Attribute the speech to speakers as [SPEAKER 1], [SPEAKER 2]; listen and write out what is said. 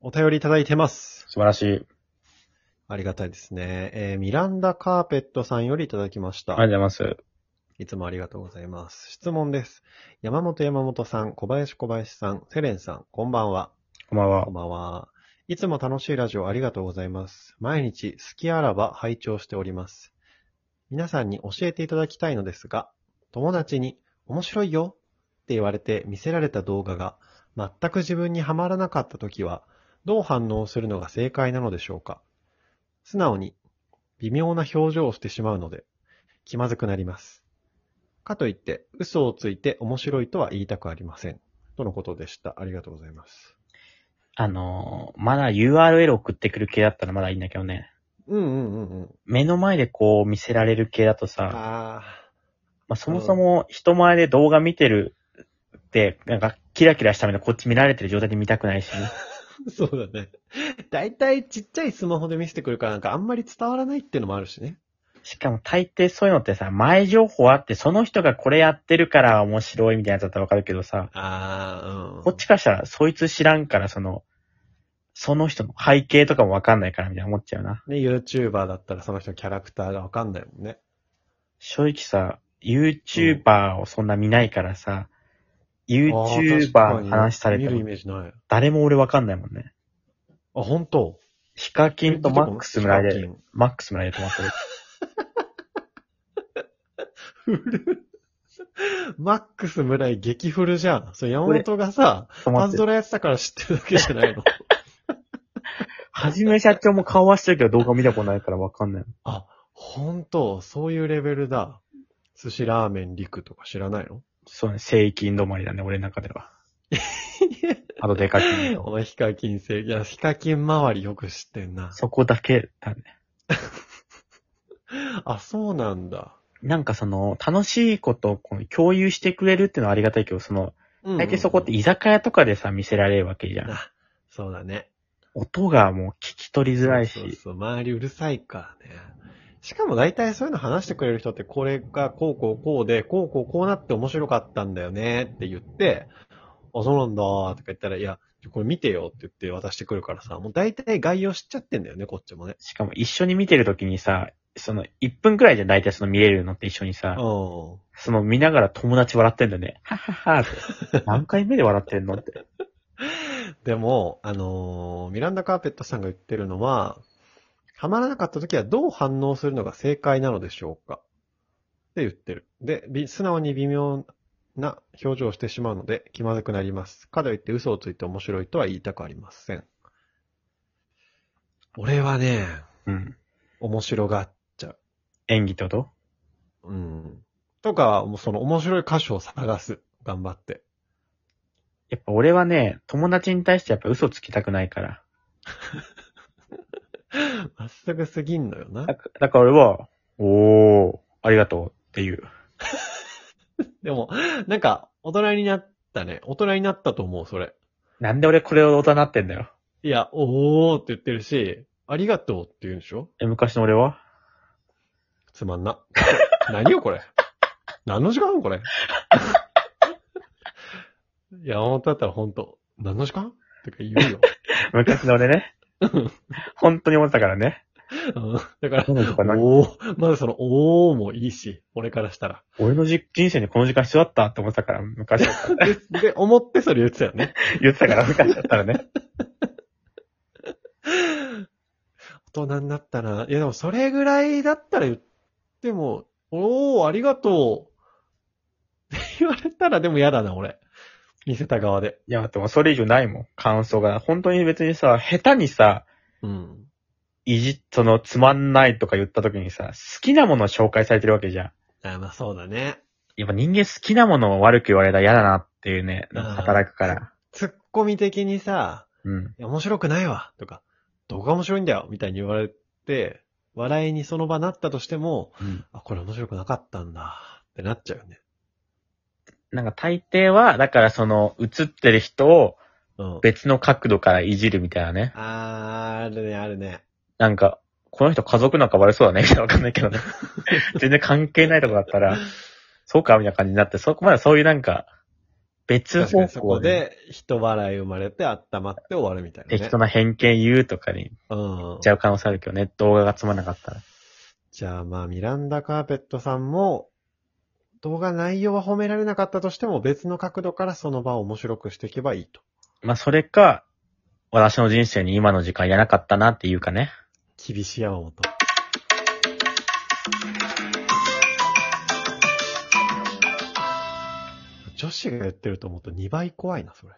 [SPEAKER 1] お便りいただいてます。
[SPEAKER 2] 素晴らしい。
[SPEAKER 1] ありがたいですね。えーミランダカーペットさんよりいただきました。
[SPEAKER 2] ありがとうございます。
[SPEAKER 1] いつもありがとうございます。質問です。山本山本さん、小林小林さん、セレンさん、こんばんは。
[SPEAKER 2] こんばんは
[SPEAKER 1] こん。ばんは。いつも楽しいラジオありがとうございます。毎日好きあらば拝聴しております。皆さんに教えていただきたいのですが、友達に面白いよって言われて見せられた動画が全く自分にはまらなかった時は、どう反応するのが正解なのでしょうか素直に微妙な表情をしてしまうので、気まずくなります。かといって、嘘をついて面白いとは言いたくありません。とのことでした。ありがとうございます。
[SPEAKER 2] あのーまだ URL 送ってくる系だったらまだいいんだけどね。
[SPEAKER 1] うんうんうんうん。
[SPEAKER 2] 目の前でこう見せられる系だとさ、
[SPEAKER 1] あ
[SPEAKER 2] まあ、そもそも人前で動画見てるって、なんかキラキラした目のこっち見られてる状態で見たく ないし、
[SPEAKER 1] あ、そうだね。だいたいちっちゃいスマホで見せてくるからなんかあんまり伝わらないっていうのもあるしね。
[SPEAKER 2] しかも大抵そういうのってさ、前情報あってその人がこれやってるから面白いみたいなやつだったらわかるけどさ、
[SPEAKER 1] ああ、うん。
[SPEAKER 2] こっちからしたらそいつ知らんからその、その人の背景とかもわかんないからみたいな思っちゃうな。
[SPEAKER 1] ね、YouTuber だったらその人のキャラクターがわかんないもんね。
[SPEAKER 2] 正直さ、YouTuber をそんな見ないから
[SPEAKER 1] あ
[SPEAKER 2] さ、
[SPEAKER 1] ー
[SPEAKER 2] YouTuber の話されて
[SPEAKER 1] 確かに見るイ
[SPEAKER 2] も、
[SPEAKER 1] メージない。
[SPEAKER 2] 誰も俺わかんないもんね。
[SPEAKER 1] あ、本当
[SPEAKER 2] ヒカキンとマックス村井
[SPEAKER 1] ヒ
[SPEAKER 2] で、マックス村井で止まってる。
[SPEAKER 1] カキン古っ マックス村井激フルじゃん。それ山本がさ、
[SPEAKER 2] 止ま
[SPEAKER 1] パ
[SPEAKER 2] っ
[SPEAKER 1] ズ
[SPEAKER 2] てる。
[SPEAKER 1] ドラやってたから知ってるだけじゃないの。
[SPEAKER 2] はじめ社長も顔はしてるけど動画見たことないからわかんない。
[SPEAKER 1] あ、本当そういうレベルだ。寿司ラーメン陸とか知らないの
[SPEAKER 2] そうね、正規止まりだね、俺の中で は。あとでかきの
[SPEAKER 1] お
[SPEAKER 2] と。
[SPEAKER 1] 前ヒカキン制いや、ヒカキン周りよく知ってんな。
[SPEAKER 2] そこだけだね。
[SPEAKER 1] あ、そうなんだ。
[SPEAKER 2] なんかその、楽しいことをこの共有してくれるっていうのはありがたいけど、その、
[SPEAKER 1] うんうん
[SPEAKER 2] 大抵そこって居酒屋とかでさ、見せられるわけじゃん。
[SPEAKER 1] あそうだね。
[SPEAKER 2] 音がもう聞き取りづらい
[SPEAKER 1] そうそう
[SPEAKER 2] し、
[SPEAKER 1] そう周りうるさいからね。しかも大体そういうの話してくれる人って、これがこうこうこうで、こうこうこうなって面白かったんだよねって言って、あ、そうなんだーとか言ったら、いや、これ見てよって言って渡してくるからさ、もう大体概要知っちゃってんだよね、こっちもね。
[SPEAKER 2] しかも一緒に見てるときにさ、その1分くらいじゃん大体その見れるのって一緒に
[SPEAKER 1] う
[SPEAKER 2] さ
[SPEAKER 1] ん。、
[SPEAKER 2] その見ながら友達笑ってんだよね。はははって。何回目で笑ってんのって。
[SPEAKER 1] でも、あのーミランダ・カーペットさんが言ってるのは、ハマらなかった時はどう反応するのが正解なのでしょうかって言ってる。で、び素直に微妙な表情をしてしまうので気まずくなります。かといって嘘をついて面白いとは言いたくありません。俺はね、
[SPEAKER 2] うん。
[SPEAKER 1] 面白がっちゃう。
[SPEAKER 2] 演技ってこと
[SPEAKER 1] うん。とか、もうその面白い箇所を探す。頑張って。
[SPEAKER 2] やっぱ俺はね、友達に対してやっぱ嘘つきたくないから。
[SPEAKER 1] まっすぐすぎんのよな
[SPEAKER 2] だ。かだから俺は、おー、ありがとうっていう。
[SPEAKER 1] でも、なんか、大人になったね。大人になったと思う、それ。
[SPEAKER 2] なんで俺これを大人になってんだよ。
[SPEAKER 1] いや、おーって言ってるし、ありがとうって言うんでしょ
[SPEAKER 2] え、昔の俺は
[SPEAKER 1] つまんな。 何よ、これ。何の時間これ。 いや、本当だったら本当、何の時間ってか言うよ。
[SPEAKER 2] 昔の俺ね。本当に思ってたからね。
[SPEAKER 1] うんだから、
[SPEAKER 2] そうなのかな
[SPEAKER 1] おー、まだその、おーもいいし、俺からしたら。
[SPEAKER 2] 俺のじ人生にこの時間必要だったって思ってたから、昔。
[SPEAKER 1] で、で思ってそれ言ってたよね。
[SPEAKER 2] 言ってたから、昔だったらね。
[SPEAKER 1] 大人になったな。いや、でもそれぐらいだったら言っても、おー、ありがとう。って言われたらでも嫌だな、俺。見せた側で。
[SPEAKER 2] いや、でもそれ以上ないもん、感想が。本当に別にさ、下手にさ、
[SPEAKER 1] うん。
[SPEAKER 2] いじ、その、つまんないとか言った時にさ、好きなものを紹介されてるわけじゃん。
[SPEAKER 1] あまあそうだね。
[SPEAKER 2] やっぱ人間好きなものを悪く言われたら嫌だなっていうね、
[SPEAKER 1] うん
[SPEAKER 2] 働くから。
[SPEAKER 1] ツッコミ的にさ、
[SPEAKER 2] うん。
[SPEAKER 1] いや面白くないわ、とか、どこが面白いんだよ、みたいに言われて、笑いにその場なったとしても、
[SPEAKER 2] うん
[SPEAKER 1] あ、これ面白くなかったんだ、ってなっちゃうよね。
[SPEAKER 2] なんか大抵は、だからその、映ってる人を
[SPEAKER 1] うん。
[SPEAKER 2] 別の角度からいじるみたいなね。
[SPEAKER 1] あー、あるね、あるね。
[SPEAKER 2] なんか、この人家族仲悪そうだね、みたいなわかんないけど ね。全然関係ないとこだったら、そうか、みたいな感じになって、そこまでそういうなんか、別
[SPEAKER 1] 確か
[SPEAKER 2] 方
[SPEAKER 1] にそこ
[SPEAKER 2] 向で、
[SPEAKER 1] で、人笑い生まれて温まって終わるみたいな、ね。
[SPEAKER 2] 適当な偏見言うとかに
[SPEAKER 1] うん
[SPEAKER 2] 行っ。ちゃう可能性あるけどね、動画がつまんなかったら。
[SPEAKER 1] じゃあまあ、ミランダ・カーペットさんも、動画内容は褒められなかったとしても、別の角度からその場を面白くしていけばいいと。
[SPEAKER 2] まあ、それか、私の人生に今の時間いらなかったなっていうかね。
[SPEAKER 1] 厳しい山本。女子が言ってると思うと2倍怖いな、それ。